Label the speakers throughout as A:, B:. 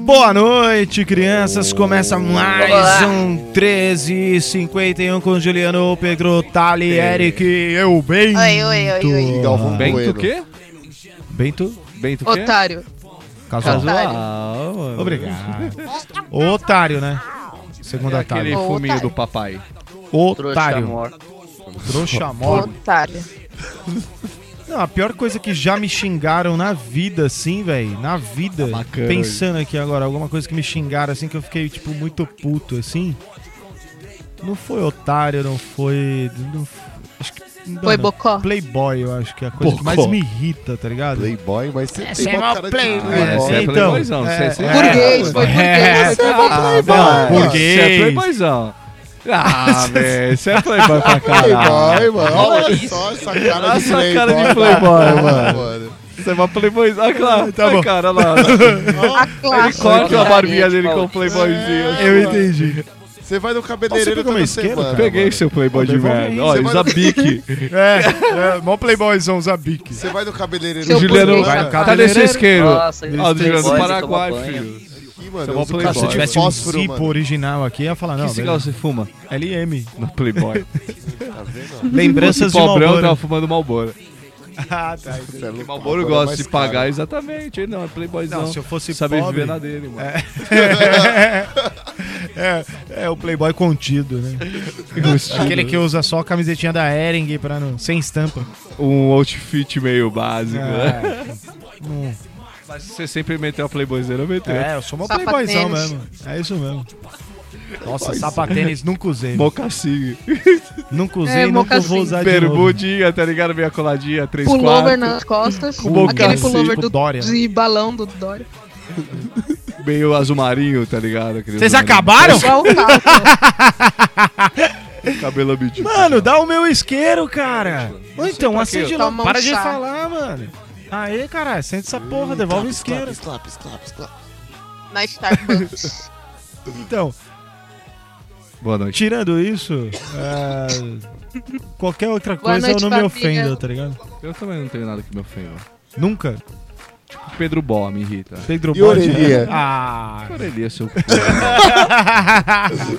A: Boa noite, crianças. Começa mais um 13h51 com Juliano, Pedro, Tali, Eric e eu, Bento. Ah,
B: Oi, oi, oi, oi.
C: Galvão
D: Bento o
C: Bueno.
D: quê?
A: Bento,
D: Bento o quê? Tá
B: Otário.
A: casual.
D: Casual. mano.
A: Obrigado. Otário, né? Segunda
D: Aquele
A: tarde.
B: Otário.
D: fuminho do papai.
A: Otário.
C: Mor-
A: Trouxa mole.
B: Otário.
A: Não, a pior coisa que já me xingaram na vida, assim, velho. Na vida.
D: bacana.
A: pensando aqui agora, alguma coisa que me xingaram, assim, que eu fiquei, tipo, muito puto, assim. Não foi otário, não foi. Não, f- acho que. não,
B: Foi
A: não.
B: bocó.
A: Playboy, eu acho que é a coisa que
C: Bocó.
A: mais me irrita, tá ligado?
C: Playboy, mas você
A: Você
C: tem uma
A: é
C: cara
A: playboy. É,
C: de playboy.
A: você
D: é
A: então,
D: playboyzão, você é- você é-
B: Burguês, foi
A: É,
B: burguês.
D: Ah,
C: playboy.
D: não,
A: Burguês.
D: Você é playboyzão. Ah, velho, você é playboy pra caralho.
C: Playboy, mano. Olha só essa cara
D: Olha
C: de
D: essa
C: playboy.
D: cara de playboy, mano.
C: mano.
D: Você é uma playboyzão. Olha lá,
A: Tá
D: olha
A: bom.
D: a cara lá.
B: A
D: Ele
B: classe.
D: corta a
B: otário.
D: barbinha dele com o playboyzinho.
C: É.
A: Eu entendi.
C: Você vai no
A: Você
C: cabeleireiro
A: pegou
C: toda
A: meu isqueiro,
C: semana.
A: cara?
D: Peguei
C: mano.
D: seu playboy de
A: Devolve aí,
D: merda. Olha,
C: você
D: usa
C: vai-
D: bique.
A: É, é, mó playboyzão, Zabique.
C: Você é vai no cabeleireiro
B: Seu
C: toda
D: Juliano,
B: burguês,
C: semana?
A: vai no
D: cadê seu isqueiro?
E: Nossa, ele
D: Ó, do Juliano do
B: é
E: playboy, você
D: Paraguai,
E: toma banho.
D: filho.
C: Aqui, mano,
D: Você é
C: eu
D: mó
C: uso
D: playboy.
C: cacete
A: Se
D: Se
A: tivesse um
C: fósforo,
A: Zipo
C: mano.
A: original aqui, eu ia falar, não,
D: Que cigarro
A: velho.
D: você fuma?
A: LM.
D: No playboy.
C: Tá vendo?
A: Lembranças
D: Esse
A: de
D: pobrão
A: Malboro.
D: tava fumando Malboro.
A: Ah, tá.
C: Você é louco,
D: O
C: agora
D: Malboro
C: é
D: gosta
C: mais
D: de pagar
C: caro.
D: exatamente. Ele não, é playboyzão.
A: Não, se eu fosse
D: Sabe
A: pobre-
D: viver na dele, mano.
A: É, é o playboy contido, né?
D: Gostido.
A: Aquele que usa só a camisetinha da Ering para não sem estampa.
D: Um outfit meio
B: Ah,
D: básico,
A: É.
D: né?
A: Hum.
D: Mas se você sempre meteu a playboyzeira, meteu.
A: É, eu sou uma
B: Sapatênis.
A: playboyzão mesmo. É isso mesmo. Nossa, sapatênis nunca usei.
D: Mocassim.
A: Nunca
B: É,
A: usei, nunca
B: mocassim.
A: vou usar Tá de novo.
D: Bermudinha, tá ligado? Meia coladinha, 3,
B: Pullover
D: 4.
B: nas costas.
D: boca
B: Aquele
D: assim,
B: pullover
A: tipo
B: do
A: Dória.
B: de balão do Dória.
D: Meio azul marinho, tá ligado? Aquele
A: Vocês
D: azul
A: acabaram?
D: marinho.
B: Igual o Calca.
D: Cabelo abitido.
A: Mano, dá o meu isqueiro, cara. Ou então, acende
B: eu-
A: logo.
B: Toma um
A: Para de
B: chá. Hum,
A: falar, mano. Aê, caralho, acende essa porra, devolve
B: tá,
A: o isqueiro.
C: Slap, slap, slap.
B: Na Starbucks.
A: Então,
D: Boa noite.
A: tirando isso, é, qualquer outra
B: Boa
A: coisa
B: noite,
A: eu não me
B: família.
A: ofendo, tá ligado?
D: Eu também não tenho nada que me ofenda.
A: Nunca.
D: Pedro Bó me irrita.
A: Pedro
C: E
A: Bode-
C: orelhinha?
A: Ah.
D: Orelha, seu...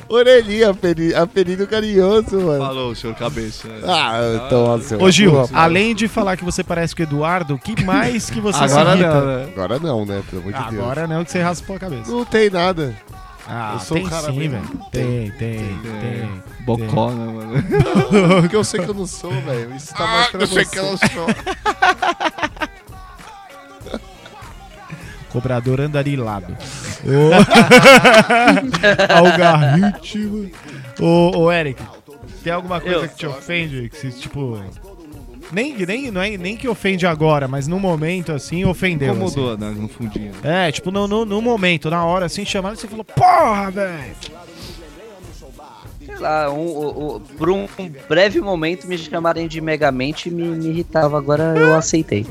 C: Orelhinha, apeli- apelido carinhoso, mano.
D: Falou, senhor cabeça.
C: Ah, então, assim.
A: Ô Gil,
C: ó,
A: além de falar que você parece com o Eduardo, o que mais que você
D: Agora
A: se irrita?
D: não, né?
C: Agora não, né? Pelo amor de Deus.
A: Agora não, que você raspou a cabeça.
C: Não tem nada.
A: Ah,
C: eu sou
A: tem
C: o cara
A: sim,
C: mesmo.
A: velho. Tem, tem, tem.
D: É, Bocó, né, mano?
C: Porque eu sei que eu não sou, velho. Isso tá mostrando. Eu sei que eu não sou.
A: Cobrador andarilado. Ô. Algarritmo. Ô, ô, Eric, tem alguma coisa
E: Eu.
A: que te ofende? Que se, tipo... Nem, nem, não é, nem que ofende agora, mas no momento, assim, ofendeu. assim.
D: Incomodou, né? No fundinho.
A: É, tipo, no, no, no momento, na hora, assim, chamaram e você falou, porra, velho!
E: Sei lá, um, o- o- por um breve momento me chamarem de Megamente me, me irritava, agora eu aceitei.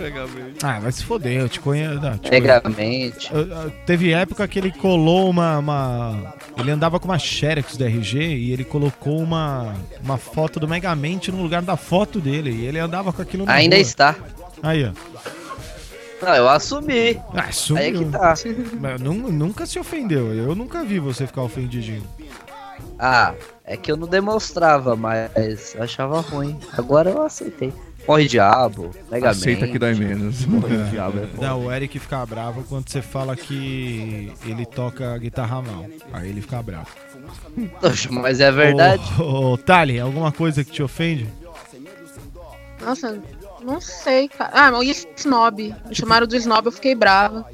A: Ah, vai se foder, eu te conheço. não, tipo, te
E: É
A: conheço.
E: Megamente.
A: Eu- eu- Ah, Teve época que ele colou uma, uma- Ele andava com uma Xerox do RG e ele colocou uma, uma foto do Megamente no lugar da foto dele. E ele andava com aquilo na
E: Ainda é
A: rua.
E: está.
A: Aí, ó.
E: Não, eu assumi.
A: Ah,
E: Aí é
A: sumiu.
E: que tá.
A: Mas nun- nunca se ofendeu. Eu nunca vi você ficar ofendidinho.
E: Ah, é que eu não demonstrava, mas eu achava ruim. Agora eu aceitei. Morre diabo, Megamente.
D: Aceita que dói menos.
E: Morre diabo é foda.
A: Não, o Eric fica bravo quando você fala que ele toca guitarra mal. Aí ele fica bravo.
E: Poxa, Mas é verdade.
A: Ô, ô, Thali, alguma coisa que te ofende?
B: Nossa, não sei, cara. Ah, mas e snob? Me chamaram do snob, eu fiquei brava.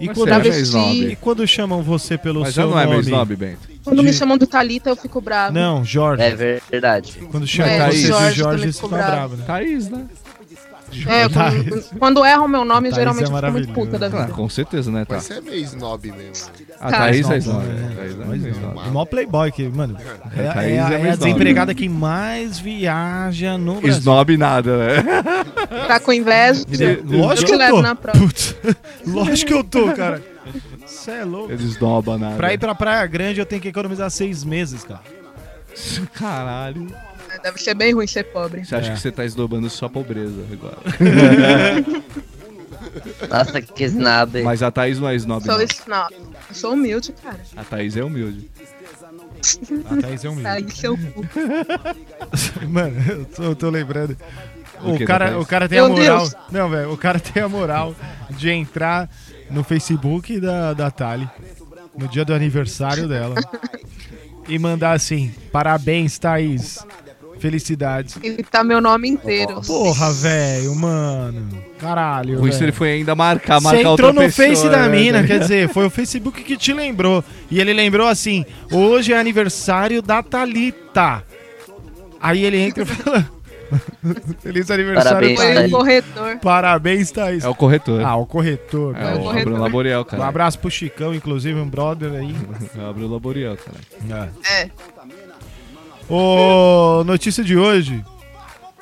A: E quando,
D: Mas você é meio
B: Travesti.
A: e
D: snob.
A: quando chamam você pelo
D: Mas já
A: seu
D: não é
A: nome?
D: meio snob, Bento.
B: Quando
A: De-
B: me chamam do Thalita, eu fico brava.
A: Não, Jorge.
E: É verdade.
A: Quando chama
D: É,
A: você
D: o
A: de
B: Jorge
A: Jorge, você
B: também ficou
A: fica
B: bravo.
A: bravo, né?
D: Thaís, né?
B: É, quando, quando erram meu nome,
A: Thaís
B: geralmente
A: é
B: eu fico muito
A: maravilhoso.
B: puta da
D: Ah,
B: vida.
D: com certeza, né, tá?
C: Mas você é meio snob mesmo.
D: A
B: Tá.
D: Thaís é
A: Snob,
D: snob.
A: né?
D: né? Thaís é
A: Mas
D: meio
A: não,
D: snob.
A: é o maior playboy que, mano. É, é,
D: Thaís
A: é a-
D: é
A: é a
D: meio snob.
A: desempregada que mais viaja no Brasil. é
D: Snob nada, né?
B: Tá com inveja?
A: Lógico que
B: Eu te
A: eu
B: levo
A: tô.
B: na prova.
A: Putz, lógico que eu tô, cara. Você é louco.
D: Ele esnoba nada.
A: Pra ir pra Praia Grande eu tenho que economizar seis meses, cara.
D: Caralho.
B: Deve ser bem ruim ser pobre.
D: Você acha que você tá esnobando sua pobreza agora?
E: Nossa, que snob.
D: Mas a Thaís não é snob.
B: Sou
D: não.
B: snob. Eu sou humilde, cara.
D: A Thaís é humilde.
A: A Thaís é um
B: Segue Tá seu cu.
A: Mano, eu tô, eu tô lembrando.
D: Do
A: O
D: que,
A: cara,
D: Thaís?
A: o cara tem a
B: Meu
A: moral.
B: Deus!
A: Não, velho, o cara tem a moral de entrar no Facebook da, da Tali no dia do aniversário dela e mandar assim: parabéns, Thaís. Felicidades.
B: Ele tá meu nome inteiro.
A: Porra, velho, mano. Caralho.
D: Com isso
A: velho.
D: ele foi ainda marcar,
A: Você
D: marcar outra
A: entrou no
D: pessoa,
A: Face da
D: né?
A: mina, quer dizer, foi o Facebook que te lembrou. E ele lembrou assim: hoje é aniversário da Thalita. Aí ele entra e fala: Feliz aniversário,
E: Parabéns,
B: Foi o
A: Thaís.
E: Thaís.
B: corretor.
A: Parabéns, Thaís.
D: É o corretor.
A: Ah, o corretor.
D: é
A: cara.
D: o
B: corretor.
D: Abreu Laboriel,
A: Um
D: cara.
A: abraço pro Chicão, inclusive, um brother aí.
D: É o Abreu Laboriel, cara.
B: É.
A: Ô, notícia de hoje.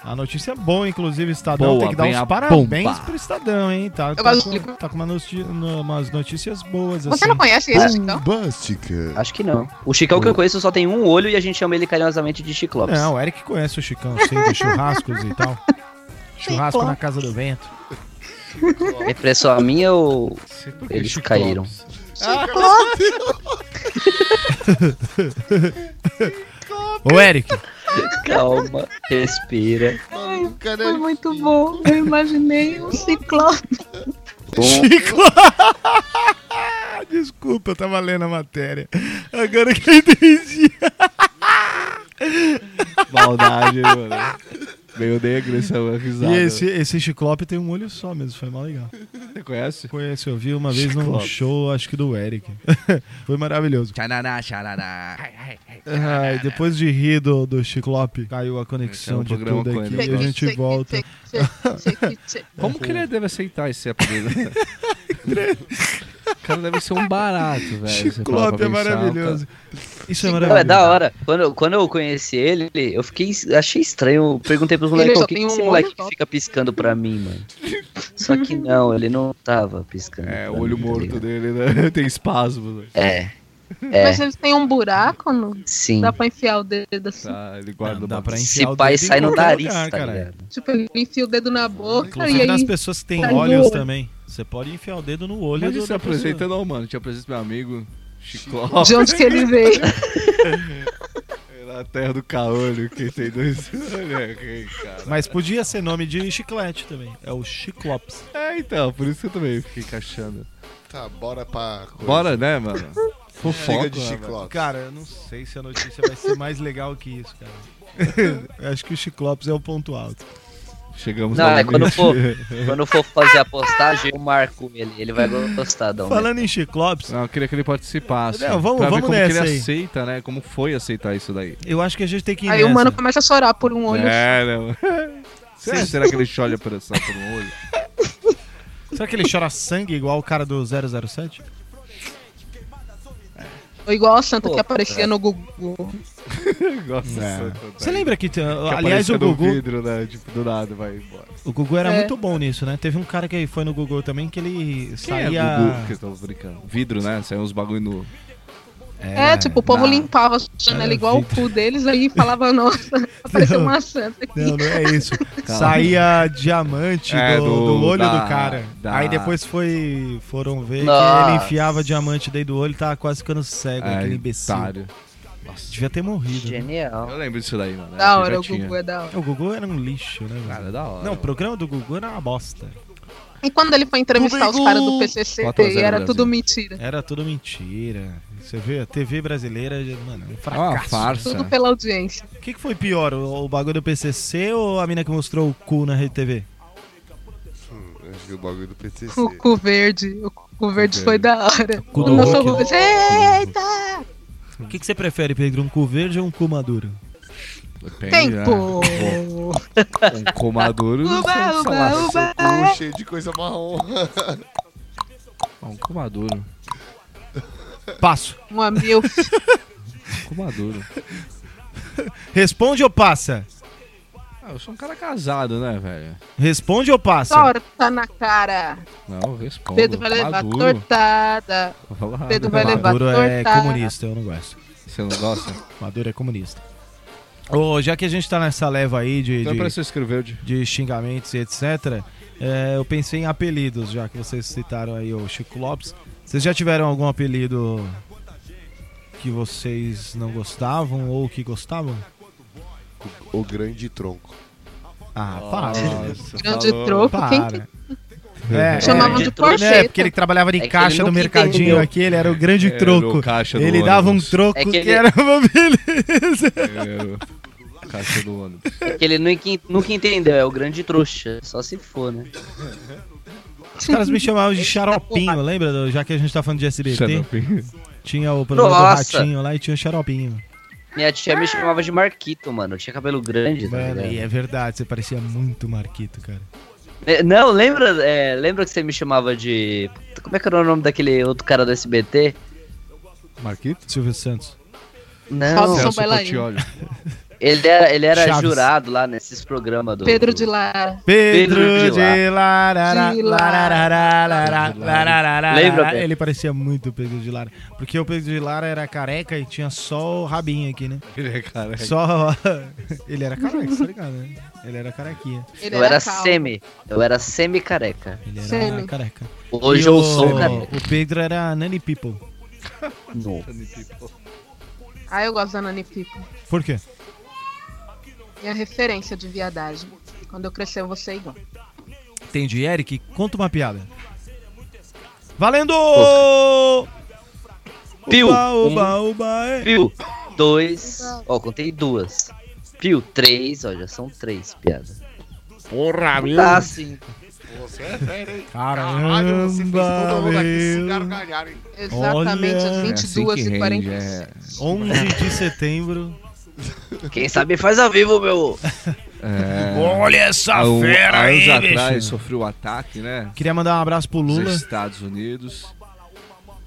A: A notícia é boa, inclusive, Estadão.
D: Boa,
A: tem que dar
D: vem
A: uns
D: a
A: parabéns
D: bomba.
A: pro Estadão, hein? Tá, tá,
B: gosto do
A: com,
B: Chicão.
A: tá com uma noti- umas notícias boas,
B: Você
A: assim.
B: não conhece esse, então?
C: Bombástica.
E: Acho que não. O Chicão que eu conheço só tem um olho e a gente chama ele carinhosamente de Chiclopes.
D: É,
A: Não, o Eric conhece o Chicão, sim, de churrascos e tal. Churrasco na Casa do Vento.
E: É Impressão a minha ou eles caíram?
A: Ô, Eric,
E: Calma, respira.
C: Mano, o cara
B: Foi muito bom. Eu imaginei um ciclope.
E: Um,
A: Chico! Desculpa, eu tava lendo a matéria. Agora que eu entendi.
D: Maldade, mano. Meio negro é essa risada.
A: E esse, esse Chiclope tem um olho só mesmo, foi mal legal.
D: Você conhece?
A: Conheço, eu vi uma vez num
D: Chiclope.
A: show, acho que do Eric. foi maravilhoso.
D: Tchanará, tchanará.
A: Ai, depois de rir do, do Chiclope, caiu a conexão
D: Esse é um
A: de
D: programa
A: tudo
D: com
A: aqui
D: ele,
A: e a gente volta.
D: Como que ele deve aceitar esse apelido? o cara deve ser um barato, velho. Você para pra
A: Chiclope é
D: pensar,
A: maravilhoso. Isso é
E: Não,
A: maravilhoso.
E: é da hora. Quando, eu- quando eu conheci ele, eu fiquei. Achei estranho. Eu Perguntei pros
B: Ele
E: moleques,
B: só
E: o que
B: tem
E: que esse
B: um
E: moleque
B: olho só."
E: fica piscando pra mim, mano? Só que não, ele não tava piscando.
D: É,
E: pra
D: o olho
E: mim, tá
D: morto
E: ligado?
D: dele, né? Tem espasmo. né?
E: É.
B: Mas
E: É,
B: eles têm um buraco, não?
E: sim.
B: Dá pra enfiar o dedo assim.
D: Tá, ele guarda
A: Não, dá
D: uma-
A: pra
E: Se
A: enfiar o
E: pai
A: dedo em
E: sai no
A: qualquer
E: nariz,
A: lugar,
E: tá
A: cara.
E: ligado?
B: Tipo, ele enfia o dedo na boca Ah, e
A: Inclusive nas
B: aí. Tá
A: pessoas que têm
B: Ai,
A: olhos
B: meu.
A: também. Você pode enfiar o dedo no olho
D: Mas é
A: do-
D: se
A: da pessoa.
D: apresenta não, mano. Te apresento meu amigo, Chiclope.
B: De onde que ele veio?
D: Na é terra do caolho, que tem dois olhos, cara.
A: Mas podia ser nome de chiclete também. É o Chiclops.
D: É, então, por isso que eu também fiquei cachando.
C: Tá, bora pra coisa.
D: Bora, né, mano?
C: Chega de
D: né,
C: chiclote.
A: Cara, eu não sei se a notícia vai ser mais legal que isso, cara. Eu acho que o Chiclops é o ponto alto.
D: velho? Chegamos
E: Não, é quando
D: novamente.
E: for, quando for fazer a postagem, eu marco ele. Ele vai gostar, um Dom.
A: Falando em Chiclops,
D: Não, eu queria que ele participasse.
A: Não, vamos-
D: pra ver
A: vamos
D: como que
A: nessa
D: ele
A: aí.
D: aceita, né? Como foi aceitar isso daí.
A: eu acho que a gente tem que ir
B: Aí o
A: nessa.
B: mano começa a chorar por um olho.
D: É, não. Será, será que ele olha pra só por um olho?
A: Será que ele chora sangue igual o cara do 007?
B: Ou igual o santo
E: Pô, é.
B: que aparecia no Gugu.
D: Gosta
A: É.
D: tanto, velho.
A: Você lembra que... tem-
D: Que
A: aliás,
D: apareceu
A: o
D: no
A: Gugu,
D: vidro, né? Tipo, do nada vai embora.
A: o Gugu era
B: É.
A: muito bom nisso, né? Teve um cara que foi no Gugu também que ele
D: Quem
A: saía...
D: é Gugu? Que eu tava brincando. Vidro, né? Saiu uns bagulho no.
B: É, tipo, o povo
D: não.
B: limpava a janela
A: É,
B: igual o
A: vida.
B: cu deles aí falava, nossa, apareceu
A: Não.
B: uma santa aqui.
A: Não, não é isso.
D: Calma.
A: Saía diamante
D: É,
A: do,
D: do-
A: do olho
D: da-
A: do cara.
D: da-
A: Aí depois foi, foram ver que
E: Nossa.
A: ele enfiava diamante dentro do olho e tava quase ficando cego,
D: É,
A: aquele É imbecil.
D: otário. Nossa,
A: Devia ter morrido. né?
E: Genial.
D: eu lembro disso daí, mano.
B: Da hora, o
D: eu
B: Gugu é da hora.
A: O Gugu era um lixo, né? velho?
D: Cara, é da hora.
A: Não, o programa do Gugu era uma bosta.
B: E quando ele foi entrevistar os caras do PCC,
D: 4 a 0
B: era
D: Brasil.
B: tudo mentira.
A: Era tudo mentira. Você vê, a TV brasileira, mano, é um
D: é uma
A: fracasso.
D: farsa.
B: Tudo pela audiência.
A: o que, que foi pior, o, o bagulho do PCC ou a mina que mostrou o cu na rede TV?
C: Hum, Acho que o bagulho do PTC.
B: O cu verde. O cu verde foi da hora.
A: Cu do
B: Nossa, o
A: Hulk.
B: cu verde. Eita!
A: O que, que você prefere, Pedro? Um cu verde ou um cu maduro?
D: Depende, né?
B: Tempo!
D: Um comaduro. não sei
B: Uba,
D: falar.
B: uba, uba!
C: Cu cheio de coisa marrom.
D: Um comaduro.
A: Passo.
B: Uma mil.
D: Um comaduro.
A: Responde ou passa?
D: Ah, eu sou um cara casado, né, velho?
A: Responde ou passa?
B: Torta na cara.
D: Não, eu respondo.
B: Pedro vai
A: tá
B: levar
D: comaduro.
B: tortada.
D: Vai lá,
B: Pedro
D: né?
B: vai levar
A: Maduro é
B: tortada.
A: comunista, eu não gosto.
D: Você não gosta?
A: Maduro é comunista. Ô, já que a gente tá nessa leva aí de,
D: Então é pra
A: de,
D: você escrever de.
A: de xingamentos e etc., É, eu pensei em apelidos, já que vocês citaram aí o Chico Lopes. Vocês já tiveram algum apelido que vocês não gostavam ou que gostavam?
C: O, o grande tronco.
A: Ah, para.
B: Grande troco. Quem que
A: Para. tá É,
B: chamava
E: Grande
B: de
E: troco.
B: Porsche?
A: Não, é porque ele trabalhava de
E: É que ele
A: caixa
E: nunca
A: no mercadinho
E: entendeu.
A: aqui, ele era o grande
D: Era o
A: troco.
D: caixa do
A: ele dava um
D: ônibus.
A: troco
E: É que
A: que,
E: ele-
A: era um uma beleza.
D: É, Caixa do ônibus.
E: Que ele nunca, nunca entendeu, é o grande trouxa. Só se for, né?
A: Os caras me chamavam de xaropinho, lembra? do- Já que a gente tá falando de SBT,
D: Xaropinho.
A: tinha o programa do
E: Nossa.
A: Ratinho lá e tinha o xaropinho.
E: Minha tia me chamava de Marquito, mano. Eu tinha cabelo grande, tá
A: Mano,
E: ligado?
A: e é verdade, você parecia muito Marquito, cara.
E: É, Não, lembra, é, lembra que você me chamava de. Puta, Como é que era o nome daquele outro cara do SBT?
D: Marquito?
A: Silvio Santos.
E: Não,
B: São
D: Celso
B: bailarino.
D: Portiolli.
E: ele era, ele era
A: Chaves.
E: jurado lá nesses programas do.
B: Pedro de Lara.
A: Pedro,
E: Pedro de
A: de Larará,
B: De Lara.
A: larararará, larararará.
E: Lembra, Pedro?
A: Ele parecia muito o Pedro de Lara. Porque o Pedro de Lara era careca e tinha só o rabinho aqui, né?
D: Ele é careca.
A: Só. Ele era careca, tá ligado, né? Ele era carequinha.
B: Ele
E: Eu era
B: calvo.
E: semi. Eu era semi-careca.
A: Ele era
B: Semi.
A: careca.
E: Hoje
A: E
E: eu
A: o-
E: sou um careca.
A: O Pedro era Nanny People.
B: Ah, eu gosto da Nani Pipo.
A: Por quê?
B: Minha referência de viadagem. Quando eu crescer, eu vou ser igual.
A: Entendi, Eric. Conta uma piada. Valendo!
E: Piu.
A: Oba, oba,
E: Um.
A: oba, é.
E: Piu, dois. Ó, contei duas. Piu, três. Ó, já são três, piada.
C: Porra, meu.
E: Tá, sim.
C: Você é sério, hein?
A: Caramba, meu.
C: gargalhar, hein?
B: Exatamente
A: Olha,
B: às
A: é
B: 22h46.
A: 11 de setembro.
E: Quem sabe faz ao vivo, meu.
A: É. Olha essa
D: É, Há um, há anos
A: bicho.
D: atrás sofreu um ataque, né?
A: Queria mandar um abraço pro Lula.
D: Nos Estados Unidos.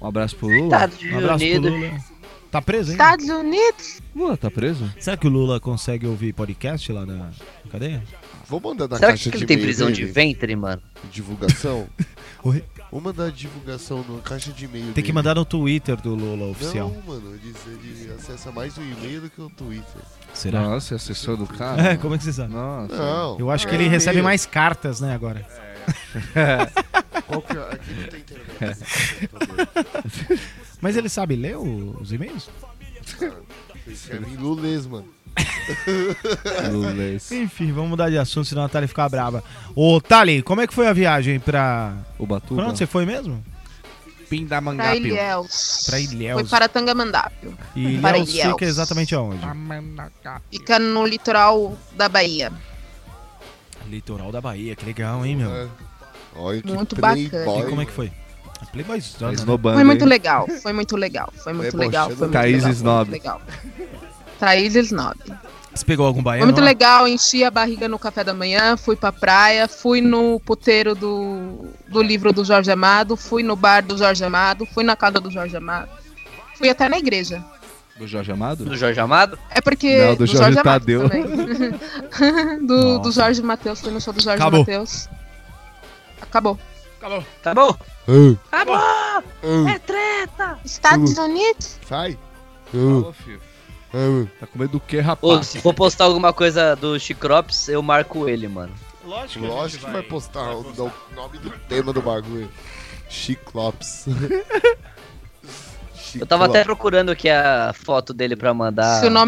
D: Um abraço pro Lula.
E: Tá de
A: Um abraço pro
E: unido.
A: Lula. Tá preso, hein?
B: Estados Unidos?
D: Lula tá preso?
A: Será que o Lula consegue ouvir podcast lá na cadeia?
C: Vou mandar na
E: Será
C: caixa
E: que
C: de
E: ele tem
C: e-mail
E: prisão de
C: dele,
E: ventre, mano?
C: Divulgação?
A: Oi?
C: Vou mandar divulgação na caixa de e-mail
A: Tem que
C: dele.
A: mandar no Twitter do Lula
C: Não,
A: oficial.
C: mano, ele, ele acessa mais o e-mail do que o Twitter.
A: Será?
D: Nossa, é assessor do cara.
A: É, como é que você sabe?
D: Nossa.
C: Não.
A: Eu acho que ele recebe mais cartas, né, agora.
C: Qual que é? Aqui não tem internet.
A: É. Mas ele sabe ler o- os e-mails?
C: Escreve em é lulês, mano.
D: Lulês.
A: Enfim, vamos mudar de assunto, senão a Thali fica brava. Ô, Thali, como é que foi a viagem pra...
D: O
A: Pra
D: Batuba.
A: onde você foi mesmo?
B: Pra
D: Pindamangapi.
B: Ilhéus.
A: Pra Ilhéus.
B: Foi para Tangamandápio.
A: E
B: Para
A: Ilhéus
B: Ilhéus.
A: fica exatamente aonde?
B: Fica no litoral da Bahia.
A: Litoral da Bahia, que legal, hein, meu?
C: É. Olha que
B: Muito
C: playboy,
B: bacana.
A: E como é que foi? Playboy
D: Tá
A: Zona, né?
D: esnobando,
B: Foi muito
D: hein?
B: legal, foi muito legal, foi muito legal, foi muito
D: Thaís
B: legal.
D: Snob.
B: Foi muito legal. Thaís Snob.
A: Você pegou algum
B: Foi
A: baiano
B: muito
A: lá?
B: legal, enchi a barriga no café da manhã, fui pra praia, fui no puteiro do, do livro do Jorge Amado, fui no bar do Jorge Amado, fui na casa do Jorge Amado, fui até na igreja.
D: Do Jorge Amado?
E: Do Jorge Amado?
B: É porque.
D: Não, do Jorge Tadeu.
B: também. do, do Jorge Matheus, fui no show do Jorge
A: Acabou.
B: Matheus. Acabou.
E: Tá bom?
C: hein?
E: Tá bom.
C: Ah,
E: É treta.
B: Estados Unidos?
C: ah, Sai.
D: Ô,
C: Ah,
D: filho.
C: ah.
D: Tá com medo do que,
E: Ô,
D: rapaz?
E: se for postar alguma coisa do Chicrops, eu marco ele, mano.
A: Lógico,
C: Lógico que vai postar o o nome do tema do bagulho. Chiclops.
E: Eu tava até procurando aqui a foto dele pra mandar.
B: Se o nome